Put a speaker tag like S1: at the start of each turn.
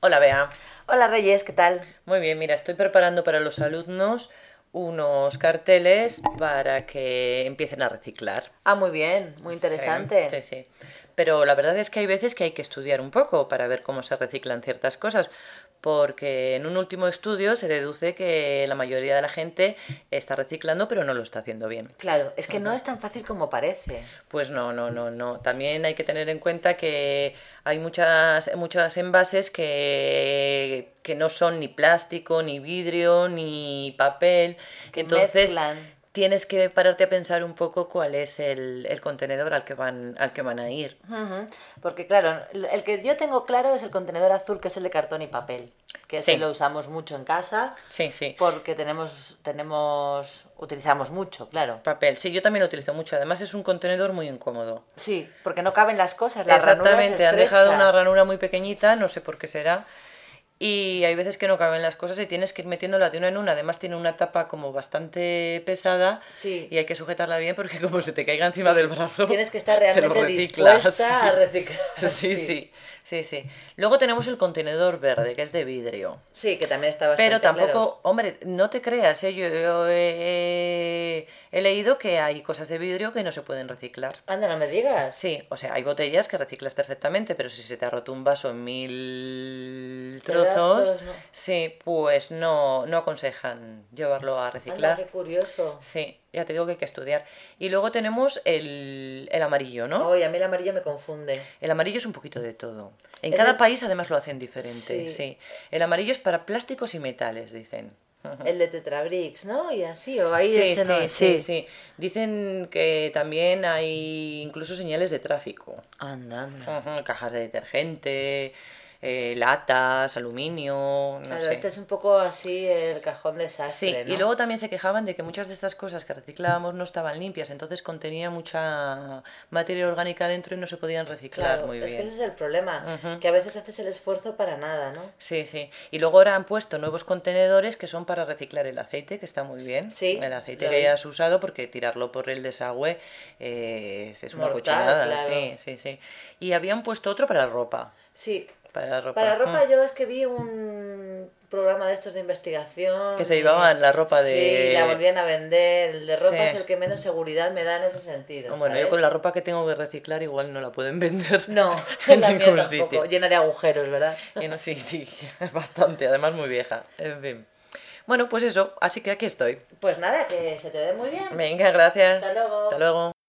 S1: Hola, Bea.
S2: Hola Reyes, ¿qué tal?
S1: Muy bien, mira, estoy preparando para los alumnos unos carteles para que empiecen a reciclar.
S2: Ah, muy bien, muy interesante.
S1: Sí, sí. Pero la verdad es que hay veces que hay que estudiar un poco para ver cómo se reciclan ciertas cosas, porque en un último estudio se deduce que la mayoría de la gente está reciclando pero no lo está haciendo bien.
S2: Claro, es que no es tan fácil como parece.
S1: Pues no, no, no, no. También hay que tener en cuenta que hay muchas, muchos envases que, que no son ni plástico, ni vidrio, ni papel.
S2: Que
S1: Entonces
S2: mezclan.
S1: tienes que pararte a pensar un poco cuál es el, el contenedor al que van, al que van a ir.
S2: Ujú, Porque claro, el que yo tengo claro es el contenedor azul, que es el de cartón y papel, que
S1: Sí.
S2: ese lo usamos mucho en casa
S1: Sí, sí.
S2: porque tenemos, tenemos, utilizamos mucho, claro.
S1: Papel, sí, yo también lo utilizo mucho. Además es un contenedor muy incómodo.
S2: Sí, porque no caben las cosas, la ranura es
S1: Exactamente, han dejado
S2: estrecha.
S1: una ranura muy pequeñita, no sé por qué será. Y hay veces que no caben las cosas y tienes que ir metiéndola de una en una. Además tiene una tapa como bastante pesada
S2: Sí.
S1: y hay que sujetarla bien porque como se te caiga encima
S2: Sí,
S1: del brazo...
S2: Tienes que estar
S1: te lo
S2: realmente
S1: reciclas,
S2: dispuesta a
S1: sí.
S2: reciclar.
S1: Sí, sí, sí, sí. Luego tenemos el contenedor verde, que es de vidrio.
S2: Sí, que también está bastante
S1: Pero tampoco,
S2: claro.
S1: hombre, no te creas, ¿eh? yo, yo he, he leído que hay cosas de vidrio que no se pueden reciclar.
S2: Anda, no me digas.
S1: Sí, o sea, hay botellas que reciclas perfectamente, pero si se te ha roto un vaso en mil
S2: Pedazos,
S1: trozos,
S2: ¿no?
S1: sí, pues no, no aconsejan llevarlo a reciclar.
S2: Anda, qué curioso.
S1: Sí, ya te digo que hay que estudiar. Y luego tenemos el, el amarillo, ¿no?
S2: Oye, a mí el amarillo me confunde.
S1: El amarillo es un poquito de todo. En
S2: Es
S1: cada
S2: el-
S1: país además lo hacen diferente,
S2: Sí.
S1: sí. El amarillo es para plásticos y metales, dicen.
S2: El de Tetrabricks, ¿no? Y así, o ahí
S1: sí,
S2: ese
S1: sí,
S2: no
S1: sí,
S2: es.
S1: sí. Dicen que también hay incluso señales de tráfico.
S2: Anda, anda.
S1: Ujú, cajas de detergente, eh, latas, aluminio, no
S2: Claro,
S1: sé.
S2: este es un poco así el cajón
S1: Sí,
S2: desastre, ¿no?
S1: y luego también se quejaban de que muchas de estas cosas que reciclábamos no estaban limpias, entonces contenía mucha materia orgánica dentro y no se podían reciclar
S2: Claro,
S1: muy
S2: es
S1: bien.
S2: que ese es el problema,
S1: Ujú.
S2: que a veces haces el esfuerzo para nada, ¿no?
S1: Sí, sí. Y luego ahora han puesto nuevos contenedores que son para reciclar el aceite, que está muy bien.
S2: Sí,
S1: El aceite
S2: lo
S1: que
S2: vi.
S1: hayas usado, porque tirarlo por el desagüe eh, es, es una
S2: Mortal,
S1: cochinada.
S2: claro.
S1: Sí, sí, sí. Y habían puesto otro para ropa.
S2: Sí,
S1: Para ropa.
S2: para
S1: Mm.
S2: ropa yo es que vi un programa de estos de investigación.
S1: Que se
S2: y-
S1: llevaban la ropa de-
S2: Sí, la volvían a vender. El de ropa
S1: Sí.
S2: es el que menos seguridad me da en ese sentido,
S1: Bueno, yo
S2: ¿sabes?
S1: con la ropa que tengo que reciclar igual no la pueden vender.
S2: No,
S1: en
S2: la mía
S1: ningún
S2: tampoco,
S1: sitio.
S2: llena de agujeros, ¿verdad?
S1: Y no- sí, sí, bastante, además muy vieja. En fin. Bueno, pues eso, así que aquí estoy.
S2: Pues nada, que se te dé muy bien.
S1: Venga, gracias.
S2: Hasta luego.
S1: Hasta luego.